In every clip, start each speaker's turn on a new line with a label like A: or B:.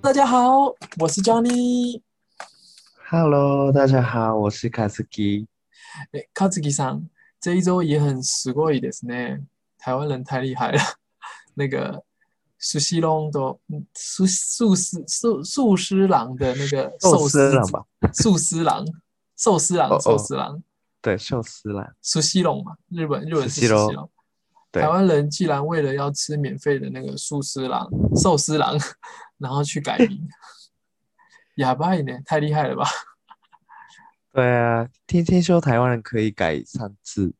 A: 大家好，我是 Johnny。
B: Hello，大家好，我是卡斯基。
A: え、カズキさん，哎这一周也很すごいですね。台湾人太厉害了。 那个寿司郎的嗯寿寿司寿寿司郎的那个
B: 寿
A: 寿
B: 司
A: 司
B: 郎吧？
A: 寿司郎寿司
B: 哦
A: 郎
B: 哦
A: 寿司郎
B: 对，寿司郎。
A: 寿司郎嘛，日本日本是
B: 寿司
A: 寿
B: 郎
A: 司郎。
B: 对
A: 台湾人既然为了要吃免费的那个寿司郎寿司郎， 然后去改 名，哑巴一点，太厉害了吧？
B: 对啊，听听说台湾人可以改三次，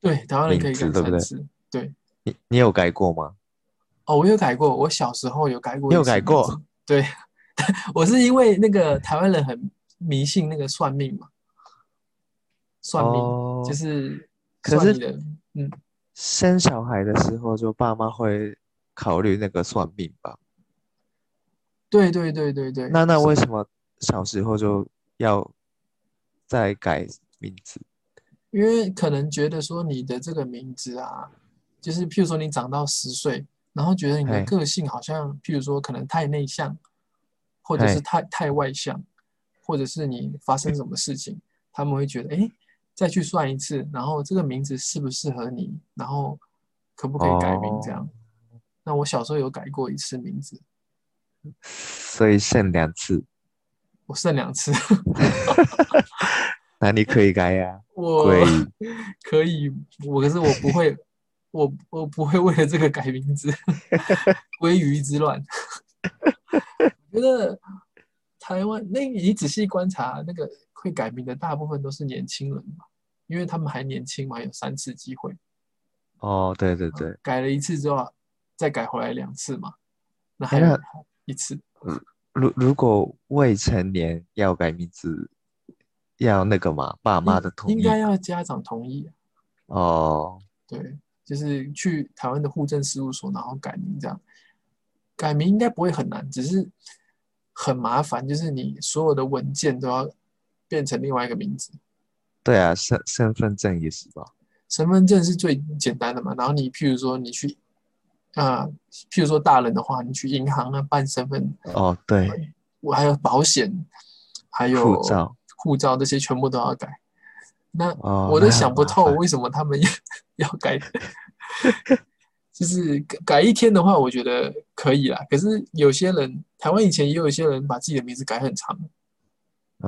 A: 对，台湾人可以
B: 名
A: 改
B: 字对不
A: 三
B: 对
A: 次。对，
B: 你你有改过吗？
A: 哦，我有改过，我小时候有改过
B: 你
A: 一
B: 有
A: 次
B: 改
A: 名
B: 过
A: 字？对， 我是因为那个台湾人很迷信那个算命嘛，算命、
B: 哦，
A: 就是
B: 可
A: 算
B: 是
A: 你的，嗯，
B: 生小孩的时候，就爸妈会考虑那个算命吧？
A: 对对对对对，
B: 那那为什么小时候就要再改名字？
A: 因为可能觉得说你的这个名字啊，就是譬如说你长到十岁，然后觉得你的
B: 嘿
A: 个性好像，譬如说可能太内向，或者
B: 嘿
A: 是太太外向，或者是你发生什么事情，他们会觉得，哎，再去算一次，然后这个名字适不适合你，然后可不可以改名这样
B: 哦，。
A: 那我小时候有改过一次名字，
B: 所以剩两次，
A: 我剩两次，
B: 那你可以改呀、
A: 我
B: 鬼，
A: 可以，我可是我不会，我我不会为了这个改名字， 鲑鱼之乱。我觉得台湾，那你仔细观察，那个会改名的大部分都是年轻人嘛，因为他们还年轻嘛，有三次机会，
B: 哦，对对对，
A: 改了一次之后再改回来两次嘛，那还
B: 哎，
A: 有
B: 那
A: 一次。
B: 如如果未成年要改名字，要那个嘛，爸妈的
A: 应
B: 同
A: 应
B: 意
A: 该
B: 嘛
A: 要家长同意啊，
B: 哦，
A: 对，就是去台湾的户政事务所，然后改名这样。改名应该不会很难，只是很麻烦，就是你所有的文件都要变成另外一个名字。
B: 对啊，身身份证也是吧？
A: 身份证是最简单的嘛，然后你譬如说你去，啊，譬如说大人的话，你去银行啊办身份，
B: 哦，对，
A: 我还有保险，还有
B: 护照
A: 护照这些全部都要改。那
B: 哦，
A: 我都
B: 那很
A: 想不
B: 麻
A: 透
B: 烦。
A: 为什么他们要 要改，就是改改一天的话，我觉得可以啦。可是有些人，台湾以前也有一些人把自己的名字改很长，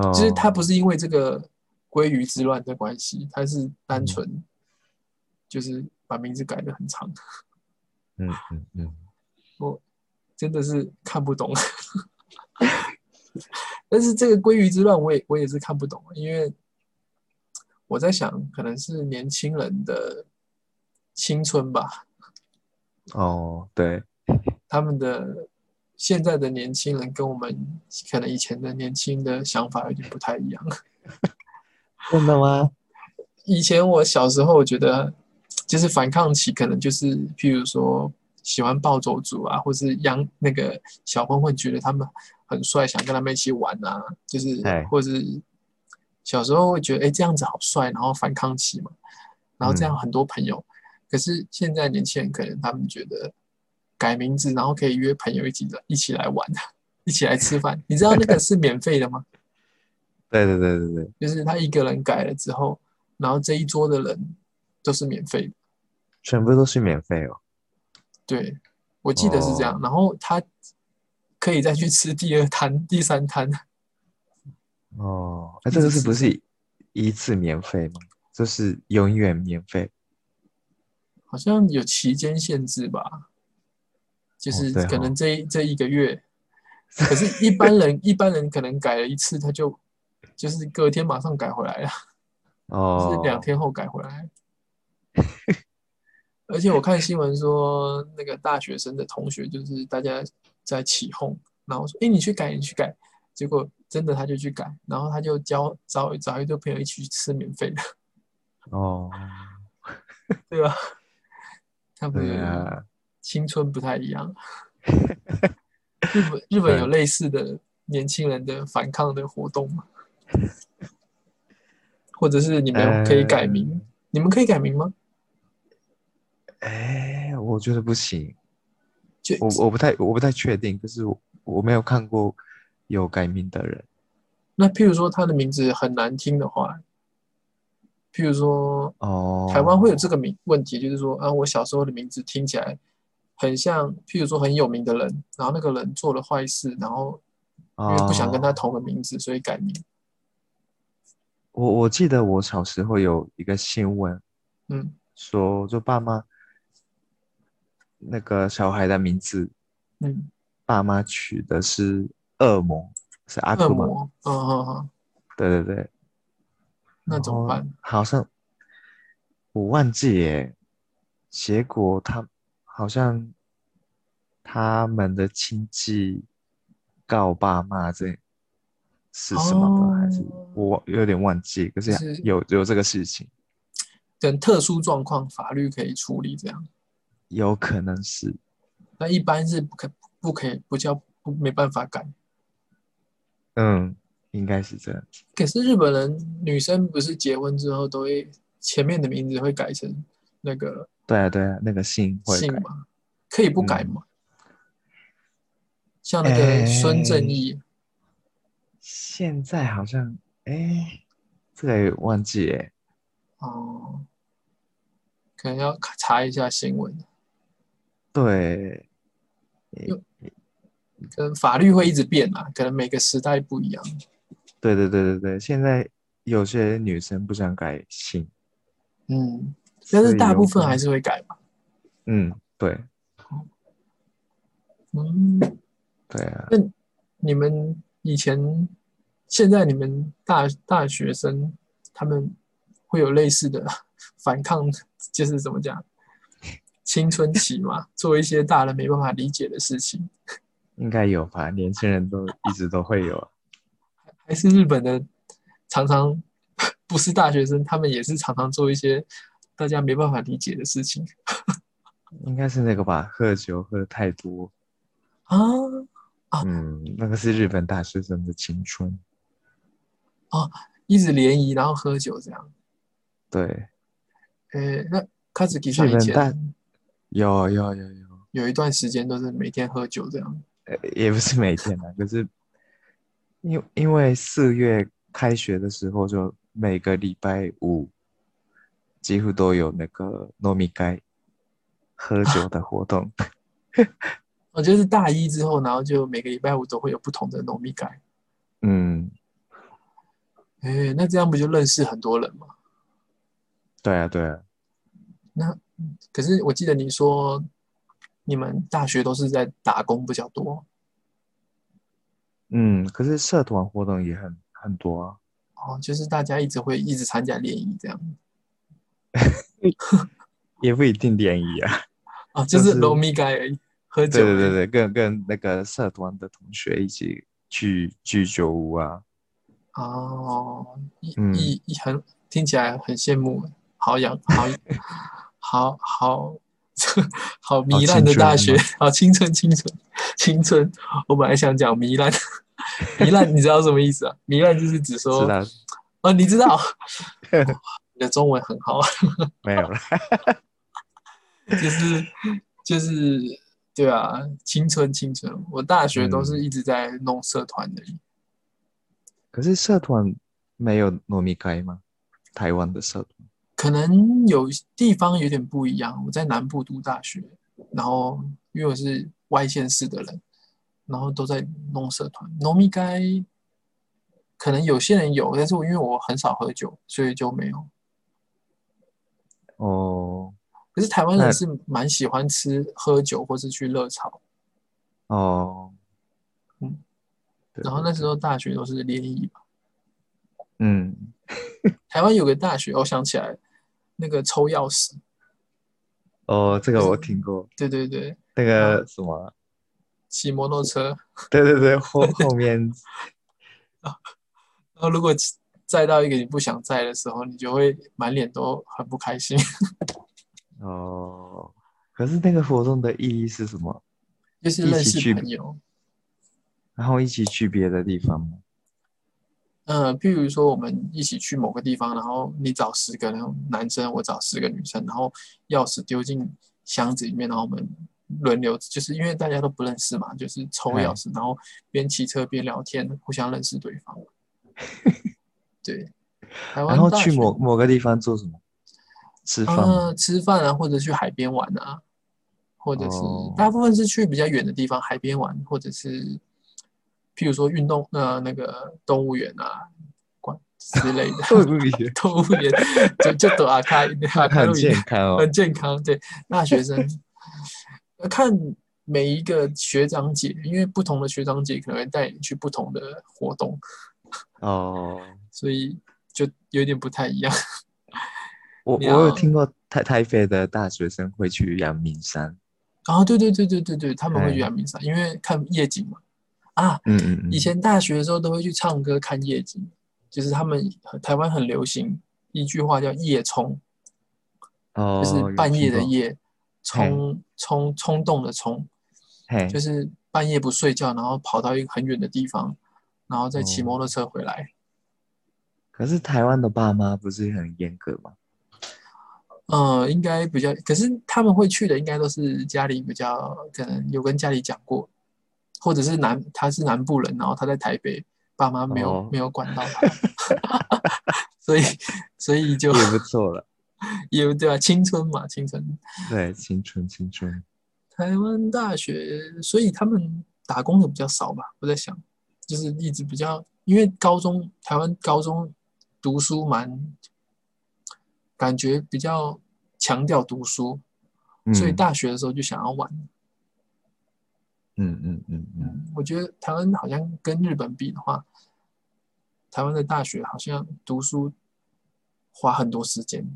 A: 就是他不
B: 哦，
A: 是因为这个鲑鱼之乱的关系，他是单
B: 嗯
A: 纯就是把名字改得很长，
B: 嗯嗯嗯，
A: 我真的是看不懂。 但是这个鲑鱼之乱，我也我也是看不懂，因为我在想，可能是年轻人的青春吧，
B: 哦，对，
A: 他们的现在的年轻人跟我们可能以前的年轻的想法有点不太一样。
B: 真的吗？
A: 以前我小时候，我觉得就是反抗期，可能就是譬如说喜欢暴走族啊，或是洋那个小混混，觉得他们很帅，想跟他们一起玩啊，就是
B: 哎
A: 或是小时候会觉得哎、诶这样子好帅，然后反抗期嘛，然后这样
B: 嗯
A: 很多朋友。可是现在年轻人可能他们觉得改名字，然后可以约朋友一起来一起来玩，啊一起来吃饭。你知道那个是免费的吗？
B: 对对对对对，
A: 就是他一个人改了之后，然后这一桌的人都是免费的。
B: 全部都是免费哦。
A: 对，我记得是这样。
B: 哦，
A: 然后他可以再去吃第二摊、第三摊，
B: 哦，那
A: 一
B: 这
A: 直
B: 个是
A: 吃
B: 不
A: 这样，
B: 是一次免费吗？就是永远免费？
A: 好像有期间限制吧，就
B: 哦，
A: 是
B: 对
A: 可能
B: 哦，
A: 这一这一个月。可是，一般人一般人可能改了一次，他就就是隔天马上改回来了，就是两
B: 哦，
A: 天后改回来。 而且我看新闻说，那个大学生的同学就是大家在起哄，然后说：“哎、你去改，你去改。”结果真的他就去改，然后他就交找找一堆朋友一起去吃免费的，
B: 哦，
A: 对吧？他们
B: 对
A: 的
B: 啊，
A: 青春不太一 样。日本日本
B: 对。
A: 有类似的年轻人的反抗的活动吗？或者是你们可以改
B: 呃，
A: 名？你们可以改名吗？
B: 哎，我觉得不行，
A: 就
B: 我我不太我不太确定，可是我我没有看过有改名的人。
A: 那譬如说他的名字很难听的话，譬如说
B: 哦，
A: 台湾会有这个名问题，就是说啊，我小时候的名字听起来很像，譬如说很有名的人，然后那个人做了坏事，然后因为不想跟他
B: 哦
A: 同个名字，所以改名。
B: 我我记得我小时候有一个新闻
A: 嗯，
B: 说，就爸妈那个小孩的名字，
A: 嗯，
B: 爸妈取的是恶魔，是阿
A: 恶
B: 库嘛？
A: 魔，嗯嗯嗯，
B: 对对对，
A: 那怎么
B: 然后
A: 办？
B: 好像我忘记耶，结果他好像他们的亲戚告爸妈这是什么的，还是
A: 哦
B: 我有点忘记，可是
A: 就是
B: 有有这个事情，
A: 等特殊状况，法律可以处理这样。
B: 有可能是
A: 那一般是不可不可以不叫不没办法改。
B: 嗯，应该是这样。
A: 可是日本人女生不是结婚之后都会前面的名字会改成那个
B: 对啊，对啊，那个姓会
A: 姓
B: 改，嗯
A: 吗？可以不改吗？像那
B: 哎
A: 个孙正义，
B: 现在好像哎，这个也忘记哎，
A: 哦，可能要查一下新闻，
B: 对，
A: 可能法律会一直变啊，可能每个时代不一样。
B: 对对对对对，现在有些女生不想改姓，
A: 嗯，但
B: 所
A: 是
B: 以
A: 大
B: 有
A: 部
B: 可
A: 分
B: 能
A: 还是会改吧。
B: 嗯，对
A: 嗯，
B: 对啊，
A: 你们以前，现在你们大大学生他们会有类似的 反抗，就是怎么讲，青春期嘛，做一些大人没办法理解的事情，
B: 应该有吧，年轻人都一直都会有啊，
A: 还是日本的常常不是大学生，他们也是常常做一些大家没办法理解的事情
B: 应该是那个吧，喝酒喝太多，
A: 啊
B: 嗯，那个是日本大学生的青春，
A: 一直联谊，然后喝酒这样。
B: 对，
A: 呃，那卡子基上
B: 日
A: 以
B: 本大
A: 前
B: 有有有有，
A: 有一段时间都是每天喝酒这样。
B: 呃，也不是每天啊，可是因因为四月开学的时候，就每个礼拜五几乎都有那个糯米街喝酒的活动。
A: 我哦就是大一之后，然后就每个礼拜五都会有不同的农民改。
B: 嗯，
A: 哎、那这样不就认识很多人吗？
B: 对啊，对啊，
A: 可是我记得你说，你们大学都是在打工比较多
B: 嗯，可是社团活动也很很多啊。
A: 哦，就是大家一直会一直参加联谊这样
B: 也不一定联谊啊，
A: 啊，就
B: 就是是
A: 农民改而已，喝酒
B: 对
A: 而
B: 对
A: 已。
B: 对对，跟跟那个社团的同学一起去去酒屋啊，
A: 哦，一
B: 嗯
A: 一一很听起来很羡慕，好养好好好 好糜烂的大学
B: 青，
A: 好青春青春青春。我本来想讲糜烂，糜烂你知道什么意思啊？糜烂就是指
B: 知
A: 说
B: 道
A: 哦，你知 道，你的中文很好，
B: 没有了？
A: 就是就是对啊，青春青春。我大学
B: 嗯
A: 都是一直在弄社团的，
B: 可是社团没有糯米街吗？台湾的社团。
A: 可能有地方有点不一样。我在南部读大学，然后因为我是外县市的人，然后都在弄社团。农民街可能有些人有，但是我因为我很少喝酒，所以就没有。
B: 哦
A: 可是台湾人
B: 那
A: 是蛮喜欢吃、喝酒或是去热炒。
B: 哦，
A: 嗯
B: 对，
A: 然后那时候大学都是联谊嘛。
B: 嗯，
A: 台湾有个大学，我想起来，那个抽钥匙，
B: 哦，这
A: 就
B: 个
A: 是啊
B: 我听过，
A: 对对对，
B: 那
A: 然
B: 个
A: 后
B: 什么，
A: 骑摩托车。
B: 对对对，后后面
A: 然后如果骑载到一个你不想载的时候，你就会满脸都很不开心，
B: 哦，可是那个活动的意义是什么？
A: 就是
B: 一
A: 认
B: 起
A: 识
B: 去
A: 朋友。
B: 然后一起去别的地方吗？
A: 呃，譬如说我们一起去某个地方，然后你找十个人男生，我找十个女生，然后钥匙丢进箱子里面，然后我们轮流，就是因为大家都不认识嘛，就是抽
B: 哎
A: 钥匙，然后边骑车边聊天，互相认识对 方。对，台湾
B: 然后
A: 大
B: 去
A: 学
B: 某某个地方做什么？吃饭吗？
A: 嗯，吃饭啊，或者去海边玩啊，或者是、
B: 哦
A: 大部分是去比较远的地方，海边玩，或者是譬如说运动呃那个动物园啊，馆之类 的
B: 动物园
A: 动物园，就就躲啊开，啊开
B: 很
A: 路
B: 健
A: 营，
B: 康 哦
A: 很。健康。对，那学生呃看每一个学长姐，因为不同的学长姐可能会带你去不同的活动，
B: 哦，
A: 所以就有点不太一样。
B: 我我
A: 你要
B: 有听过台台北的大学生会去阳明山。
A: 啊，对对对对对对，他们会去
B: 哎
A: 阳明山，因为看夜景嘛。啊，
B: 嗯嗯嗯。
A: 以前大学的时候都会去唱歌看夜景，就是他们台湾很流行一句话叫“夜冲”，
B: 哦，
A: 就是
B: 有
A: 半夜的
B: 听过，
A: 夜，冲冲冲动的冲，
B: 嘿，
A: 就是半夜不睡觉，然后跑到一个很远的地方，然后再骑
B: 哦
A: 摩托车回来。
B: 可是台湾的爸妈不是很严格吗？
A: 呃，应该比较，可是他们会去的应该都是家里比较可能有跟家里讲过，或者是南他是南部人，然后他在台北，爸妈没有、
B: 哦
A: 没有管到他， 所以所以就
B: 也 不错了，
A: 也对啊，青春嘛，青春。
B: 对，青春青春，
A: 台湾大学，所以他们打工的比较少吧？我在想，就是一直比较，因为高中台湾高中读书蛮，感觉比较强调读书，
B: 嗯
A: 所以大学的时候就想要玩。
B: 嗯嗯嗯嗯，
A: 嗯，我觉得台湾好像跟日本比的话，台湾的大学好像读书花很多时间，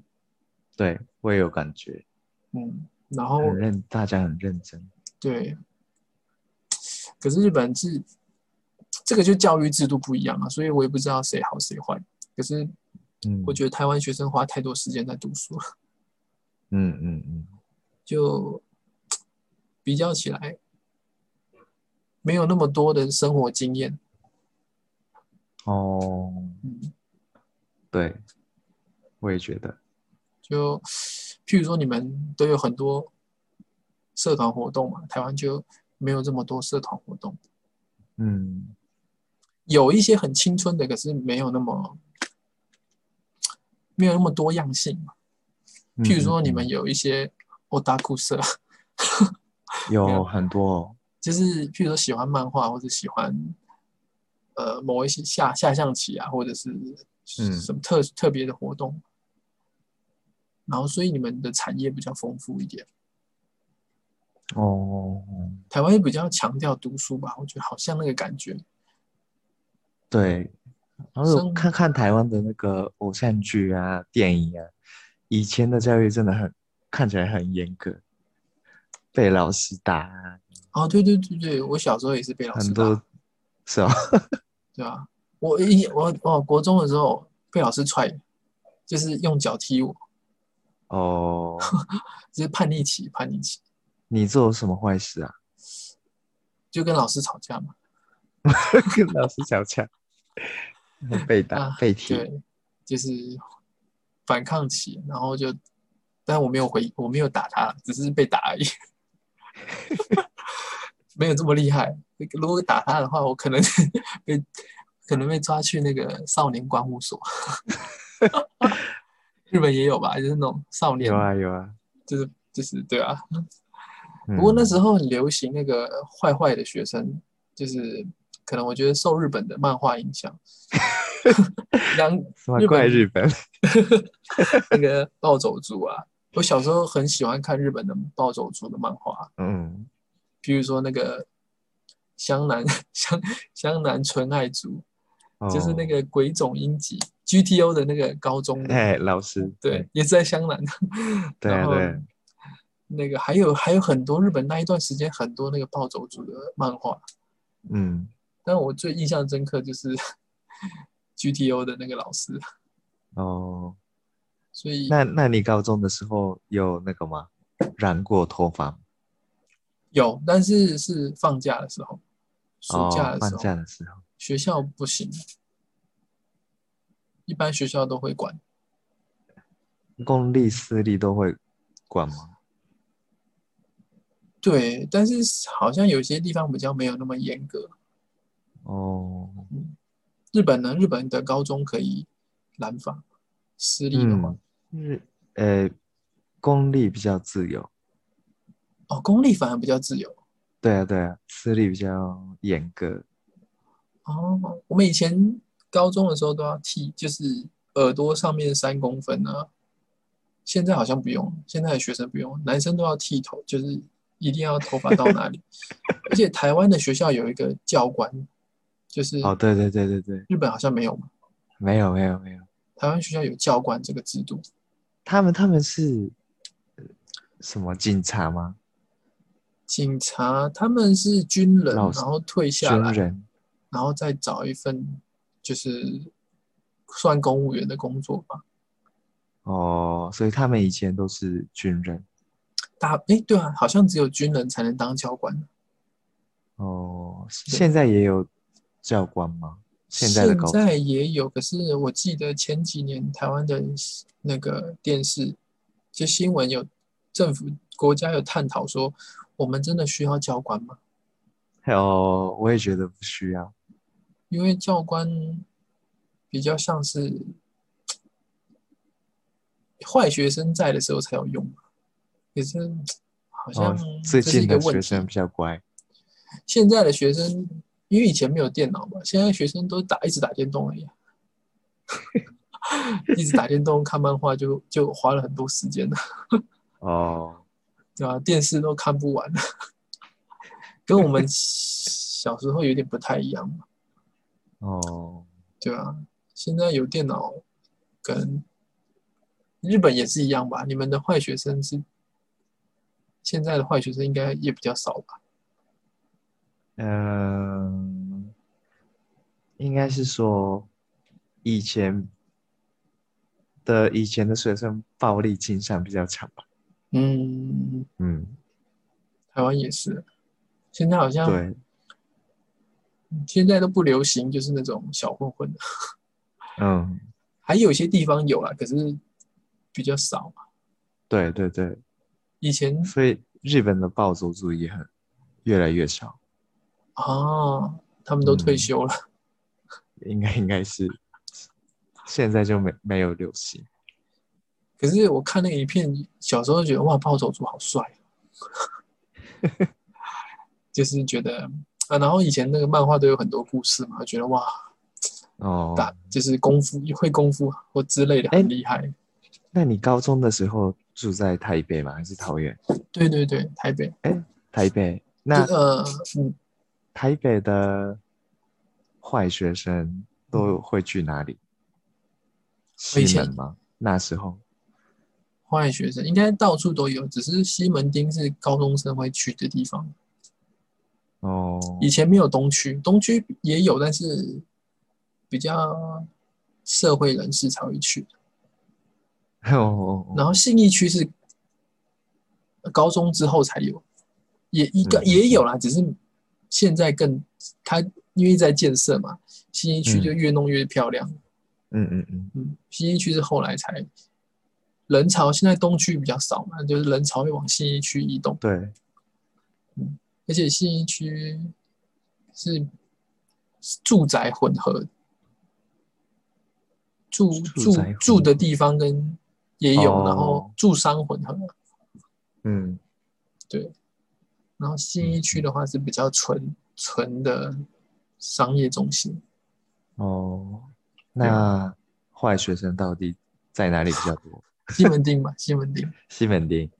B: 对，我也有感觉，
A: 嗯，然后
B: 很认，大家很认真，
A: 对，可是日本是这个就教育制度不一样啊，所以我也不知道谁好谁坏。可是
B: 嗯，
A: 我觉得台湾学生花太多时间在读书了，
B: 嗯嗯嗯，
A: 就比较起来，没有那么多的生活经验。
B: 哦，
A: 嗯，
B: 对，我也觉得，
A: 就譬如说你们都有很多社团活动嘛，台湾就没有这么多社团活动，
B: 嗯，
A: 有一些很青春的，可是没有那么没有那么多样性嘛。
B: 嗯
A: 譬如说，你们
B: 嗯
A: 有一些 otaku 社，
B: 嗯有很多哦，
A: 就是譬如说喜欢漫画或者喜欢呃某一些下下象棋啊，或者是
B: 嗯
A: 什么特、特别的活动，然后所以你们的产业比较丰富一点。
B: 哦，
A: 台湾比较强调读书吧，我觉得好像那个感觉，
B: 对，然
A: 生
B: 后
A: 活
B: 看看台湾的那个偶像剧啊、电影啊，以前的教育真的很看起来很严格，被老师打啊，
A: 哦，对对对对，我小时候也是被老师
B: 很
A: 打，
B: 多是啊，
A: 对吧、我一我我国中的时候被老师踹，就是用脚踢我，
B: 哦，
A: 就是叛逆期，叛逆期
B: 你做了什么坏事啊？
A: 就跟老师吵架嘛。
B: 跟老师吵架，被打
A: 啊
B: 被踢，
A: 对，就是反抗期，然后就，但我没有回，我没有打他，只是被打而 已，没有这么厉害。如果打他的话，我可能 被可能被抓去那个少年管务所， 日本也有吧，就是那种少年，
B: 有啊嗯有啊。
A: 就是就是对啊。不过那时
B: 候
A: 候很流行那个坏坏的学生，就是可能我觉得受日本的漫画影 响，两
B: 什么
A: 日本
B: 怪日本？
A: 那个暴走族啊，我小时候很喜欢看日本的暴走族的漫画，
B: 嗯，
A: 比如说那个湘南 湘湘南纯爱族，就是那
B: 哦
A: 个鬼冢英吉 GTO 的那个高中的，
B: 哎，老师
A: 对，，也是在湘南。
B: 对
A: 然
B: 啊
A: 后
B: 对啊，
A: 那个还有还有很多日本那一段时间很多那个暴走族的漫画，
B: 嗯，
A: 但我最印象深刻就是 GTO 的那个老师，
B: 哦，
A: 所以
B: 那那你高中的时候有那个吗？染过头发吗？
A: 有，但是是放假的时候，暑假
B: 哦
A: 的
B: 放
A: 时候。
B: 假的时候，
A: 学校不行，一般学校都会管。嗯
B: 公立私立都会管吗？
A: 对，但是好像有些地方比较没有那么严格。
B: 哦，
A: 日本呢，日本的高中可以染发，私立的话，
B: 嗯，日呃，公立比较自由，
A: 哦，公立反而比较自由。
B: 对啊对啊，私立比较严格。
A: 哦，我们以前高中的时候都要剃，就是耳朵上面三公分啊。现在好像不用，现在的学生不用，男生都要剃头，就是一定要头发到哪 里。而且台湾的学校有一个教官，就是
B: 哦，对对对对对，
A: 日本好像没有嘛，
B: 没有没有没有，
A: 台湾学校有教官这个制度，
B: 他们他们是呃什么警察吗？
A: 警察他们是军人，
B: 老
A: 然
B: 师
A: 后退
B: 军
A: 下来，
B: 人
A: 然后再找一份就是算公务员的工作吧。
B: 哦，所以他们以前都是军人
A: 大哎，对啊，好像只有军人才能当教官。
B: 哦，
A: 对
B: 现在也有教官吗？现在的高
A: 现在也有，可是我记得前几年台湾的那个电视，就新闻有政府国家有探讨说，我们真的需要教官吗？
B: 哦，我也觉得不需要。
A: 因为教官比较像是坏学生在的时候才有用嘛，也是好像
B: 哦，最
A: 这是一
B: 近
A: 个
B: 的
A: 问
B: 学
A: 题
B: 生。比较乖。
A: 现在的学生，因为以前没有电脑嘛，现在学生都打一直打电动而已啊、 一直打电动看漫画就就花了很多时间了，
B: 哦，
A: 对吧、电视都看不完， 跟我们小时候有点不太一样嘛，
B: 哦，
A: 对吧、现在有电脑，跟日本也是一样吧？你们的坏学生是现在的坏学生应该也比较少吧？
B: 嗯、应该是说以前的以前的学生暴力倾向比较强吧。
A: 嗯，
B: 嗯，
A: 台湾也是，现在好像
B: 对，
A: 现在都不流行，就是那种小混混，
B: 嗯，
A: 还有一些地方有啦，可是比较少。
B: 对对对，
A: 以前
B: 所以日本的暴走族也很越来越少，
A: 啊，他们都退休了，
B: 应该应该是现在就没没有流行。
A: 可是我看那个影片，小时候觉得哇，暴走族好帅，哦 就是觉得啊，然后以前那个漫画都有很多故事嘛，觉得哇，
B: 哦，
A: 打就是功夫会功夫或之类的
B: 哎
A: 很厉害。
B: 那你高中的时候住在台北吗？还是桃园？
A: 对对对，台北，
B: 台北。
A: 就
B: 那
A: 呃嗯，
B: 台北的坏学生都会去哪里？
A: 我以
B: 西
A: 前
B: 门吗？那时候
A: 坏学生应该到处都有，只是西门町是高中生会去的地方。
B: 哦，
A: 以前没有东区，东区也有，但是比较社会人士才会去。
B: 哦哦哦
A: 然后信义区是高中之后才有，也一个
B: 嗯嗯
A: 也有啦，只是现在更它因为在建设嘛，信义区就越弄越漂亮。
B: 嗯嗯嗯，
A: 嗯，信义区是后来才人潮，现在东区比较少嘛，就是人潮会往信义区移动。
B: 对，
A: 而且信义区是住宅混合，住
B: 住
A: 住
B: 宅混合
A: 住的地方跟也有，
B: 哦
A: 然后住商混合，
B: 嗯，
A: 对。然后信义区的话是比较纯纯的商业中心，
B: 哦，
A: 啊
B: 那坏学生到底在哪里比较多？
A: 西门町吧，西门町，
B: 西门町。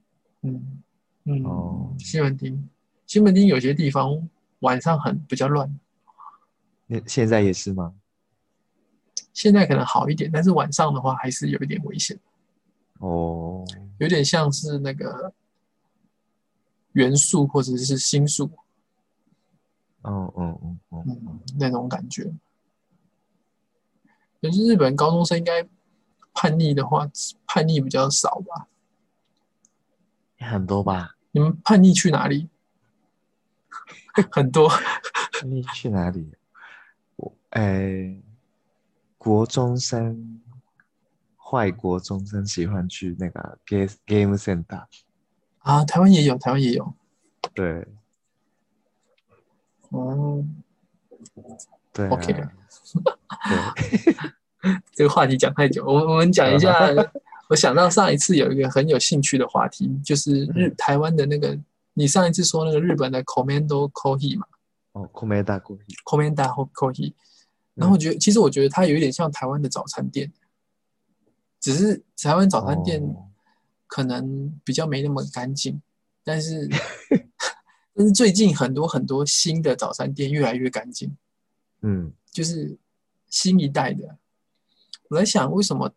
A: 嗯嗯，
B: 哦
A: 西门町，西门町有些地方晚上很比较乱，
B: 你现在也是吗？
A: 现在可能好一点，但是晚上的话还是有一点危险。
B: 哦，
A: 有点像是那个元素或者是星宿，
B: 哦哦哦哦，
A: 嗯，那种感觉。可是日本高中生应该叛逆的话，叛逆比较少吧？
B: 很多吧？
A: 你们叛逆去哪里？ 很多
B: 你去哪里？我哎，国中生，坏国中生喜欢去那个 game game center，
A: 啊，台湾也有，台湾也有，
B: 对
A: 哦，
B: 对、啊、
A: OK
B: 对，
A: 这个话题讲太久，我们我们讲一下。我想到上一次有一个很有兴趣的话题，就是日台湾的那个，你上一次说那个日本的 Commando Kohi 嘛
B: 哦，库梅大锅底，
A: ，Commando Kohi，然后我觉得其实我觉得它有一点像台湾的早餐店，只是台湾早餐店
B: 哦
A: 可能比较没那么干净，但是 但是最近很多很多新的早餐店越来越干净，
B: 嗯，
A: 就是新一代的。我在想，为什么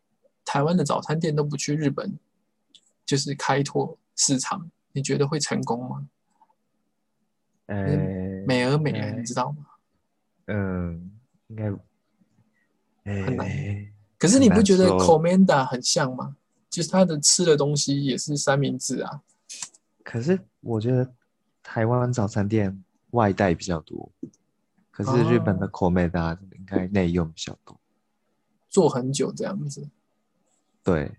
A: 台湾的早餐店都不去日本，就是开拓市场？你觉得会成功吗？
B: 哎，
A: 美而美啊，
B: 嗯
A: 你知道吗？
B: 嗯，应该，哎，
A: 很难可是你不觉得
B: 很难
A: Comanda 很像吗？就是它的吃的东西也是三明治啊，
B: 可是我觉得台湾早餐店外带比较多，可是日本
A: 哦
B: 的口美达应该内用比较多。
A: 做很久这样子。
B: 对，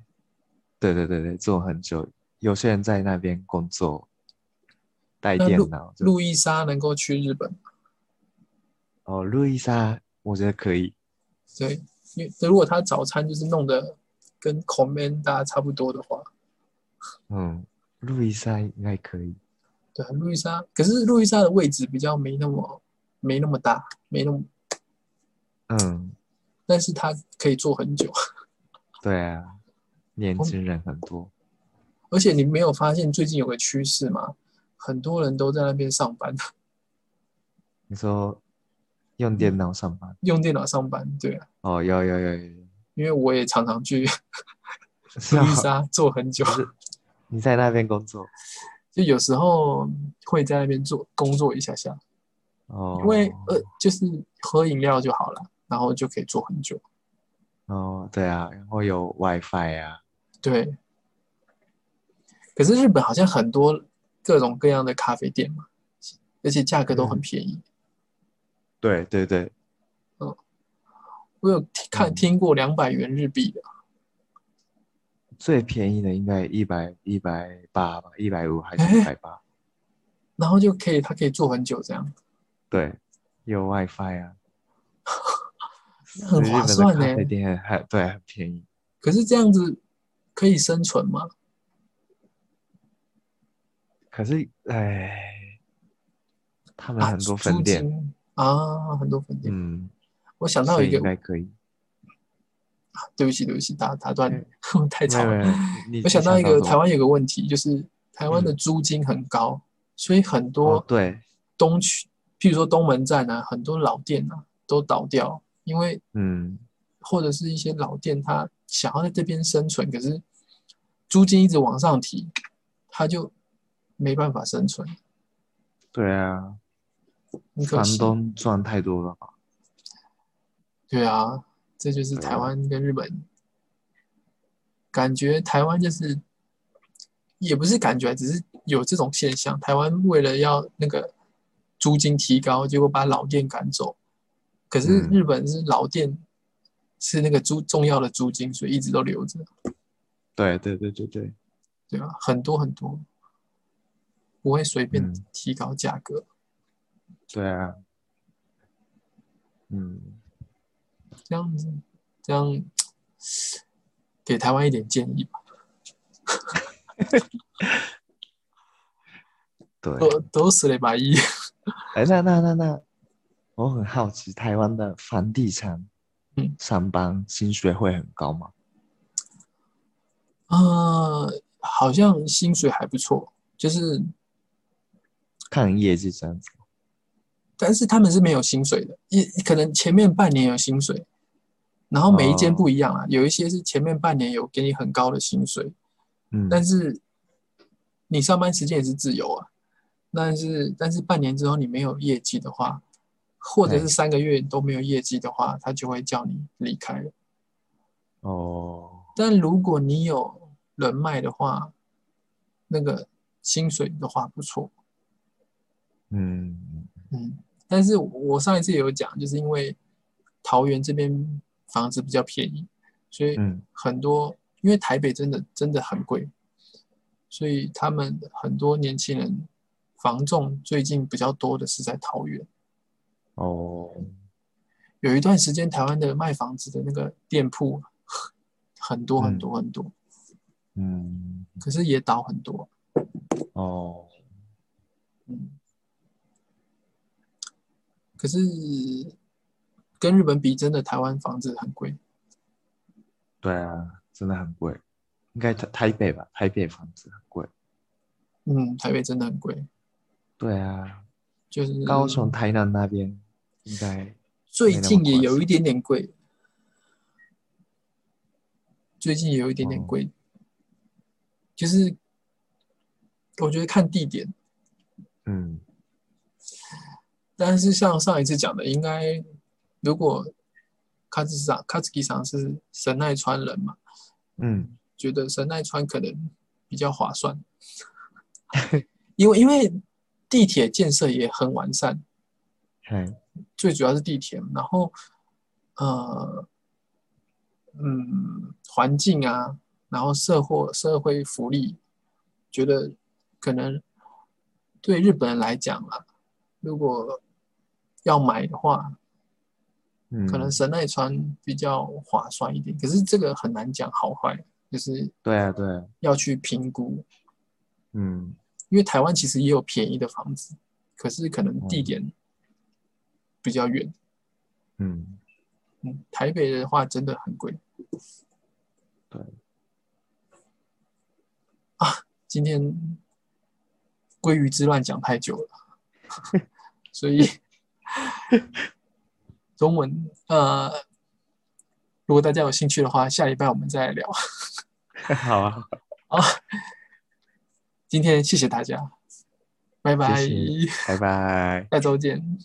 B: 对对对对，做很久，有些人在那边工作，带
A: 那
B: 电
A: 呃路
B: 脑就
A: 路易莎能够去日本，
B: 哦，路易莎，我觉得可以。
A: 对，因为如果他早餐就是弄得跟 Comanda 差不多的话，
B: 嗯，路易莎应该可以。
A: 对，路易莎。可是路易莎的位置比较没那么没那么大，没那么，
B: 嗯，
A: 但是它可以做很久。
B: 对啊，年轻人很多。
A: 而且你没有发现最近有个趋势吗？很多人都在那边上班，
B: 你说用
A: 嗯
B: 电脑上班？
A: 用电脑上班。对啊，
B: 哦，有有有有有，
A: 因为我也常常去路
B: 是
A: 易
B: 啊
A: 莎做很久，
B: 你在那边工作？
A: 就有时候会在那边做工作一下下，
B: 哦，
A: 因为呃就是喝饮料就好了，然后就可以做很久。
B: 哦，对啊，然后有 WiFi 啊，
A: 对。可是日本好像很多各种各样的咖啡店嘛，而且价格都
B: 嗯
A: 很便宜。
B: 对对对，
A: 我有听看
B: 嗯
A: 听过两百元日币的，
B: 最便宜的应该一百一百八吧，一百五还是
A: 哎
B: 一百八？
A: 然后就可以，它可以做很久这样，
B: 对，有 WiFi 啊，
A: 那很
B: 日
A: 划
B: 本的
A: 算欸呢
B: 咖啡店还对很便宜，
A: 可是这样子可以生存吗？
B: 可是哎，他们
A: 啊，
B: 很多
A: 租
B: 分店，
A: 金啊，很多分店。
B: 嗯，
A: 我想到
B: 所
A: 一
B: 以
A: 个
B: 应，该可以。
A: 对不起，对不起，打打断
B: 嗯
A: 你， 我太
B: 没
A: 吵
B: 有
A: 了。
B: 没有，你
A: 我想到一
B: 什
A: 个
B: 么哦
A: 台湾有个问题，就是台湾的租金很高，所以很多
B: 哦，对，
A: 东区，譬如说东门站啊，很多老店啊都倒掉，因为
B: 嗯，
A: 或者是一些老店他想要在这边生存，可是租金一直往上提，他就没办法生存，
B: 对啊，
A: 很可
B: 房
A: 惜。
B: 东赚太多了吧？
A: 对啊，这就是台湾跟日本，感觉台湾就是，也不是感觉，啊只是有这种现象。台湾为了要那个租金提高，结果把老店赶走，可是
B: 嗯
A: 日本是老店是那个租重要的租金，所以一直都留着，
B: 对对对对对，
A: 对吧？很多很多，不会随便
B: 嗯
A: 提高价格。
B: 对啊，嗯。
A: 这样子，这样给台湾一点建议吧。
B: 对，
A: 都都死了一把一。
B: 哎，那那那那，我很好奇，台湾的房地产，
A: 嗯
B: 上班薪水会很高吗？
A: 呃，好像薪水还不错，就是，
B: 看业绩这样子。
A: 但是他们是没有薪水的，一可能前面半年有薪水，然后每一间
B: 哦
A: 不一样啊，有一些是前面半年有给你很高的薪水，
B: 嗯，
A: 但是你上班时间也是自由啊，但是但是半年之后你没有业绩的话，或者是
B: 对
A: 三个月都没有业绩的话，他就会叫你离开了。
B: 哦，
A: 但如果你有人脉的话，那个薪水的话不错。
B: 嗯，
A: 嗯，但是我上一次也有讲，就是因为桃园这边房子比较便宜，所以
B: 嗯，
A: 很多，因为台北真的真的很贵，所以他们很多年轻人房仲最近比较多的是在桃园，
B: 哦，
A: 有一段时间台湾的卖房子的那个店铺很多很多很多，
B: 嗯，
A: 可是也倒很多。
B: 哦，
A: 嗯，可是跟日本比，真的台湾房子很贵。
B: 对啊，真的很贵，应该台台北吧，台北房子很贵。
A: 嗯，台北真的很贵，
B: 对啊，
A: 就是
B: 高雄、台南那边应该
A: 最近也有一点点贵，最近也有一点点
B: 哦
A: 贵，就是我觉得看地点，
B: 嗯
A: 但是像上一次讲的，应该如果卡兹上卡兹基上是神奈川人嘛，
B: 嗯
A: 觉得神奈川可能比较划算，因为因为地铁建设也很完善，
B: 嘿
A: 最主要是地铁，然后呃，嗯，环境啊，然后社会社会福利，觉得可能对日本人来讲啊，如果要买的话，
B: 嗯，
A: 可能神奈川比较划算一点。可是这个很难讲好坏，就是
B: 对啊对啊，
A: 要去评估，
B: 嗯
A: 因为台湾其实也有便宜的房子，可是可能地点比较远。
B: 嗯，
A: 嗯，台北的话真的很贵。
B: 对
A: 啊，今天鲑鱼之乱讲太久了，所以中文呃，如果大家有兴趣的话，下礼拜我们再聊。
B: 好啊，
A: 今天谢谢大家，拜拜，
B: 谢谢，拜拜。
A: 下周见。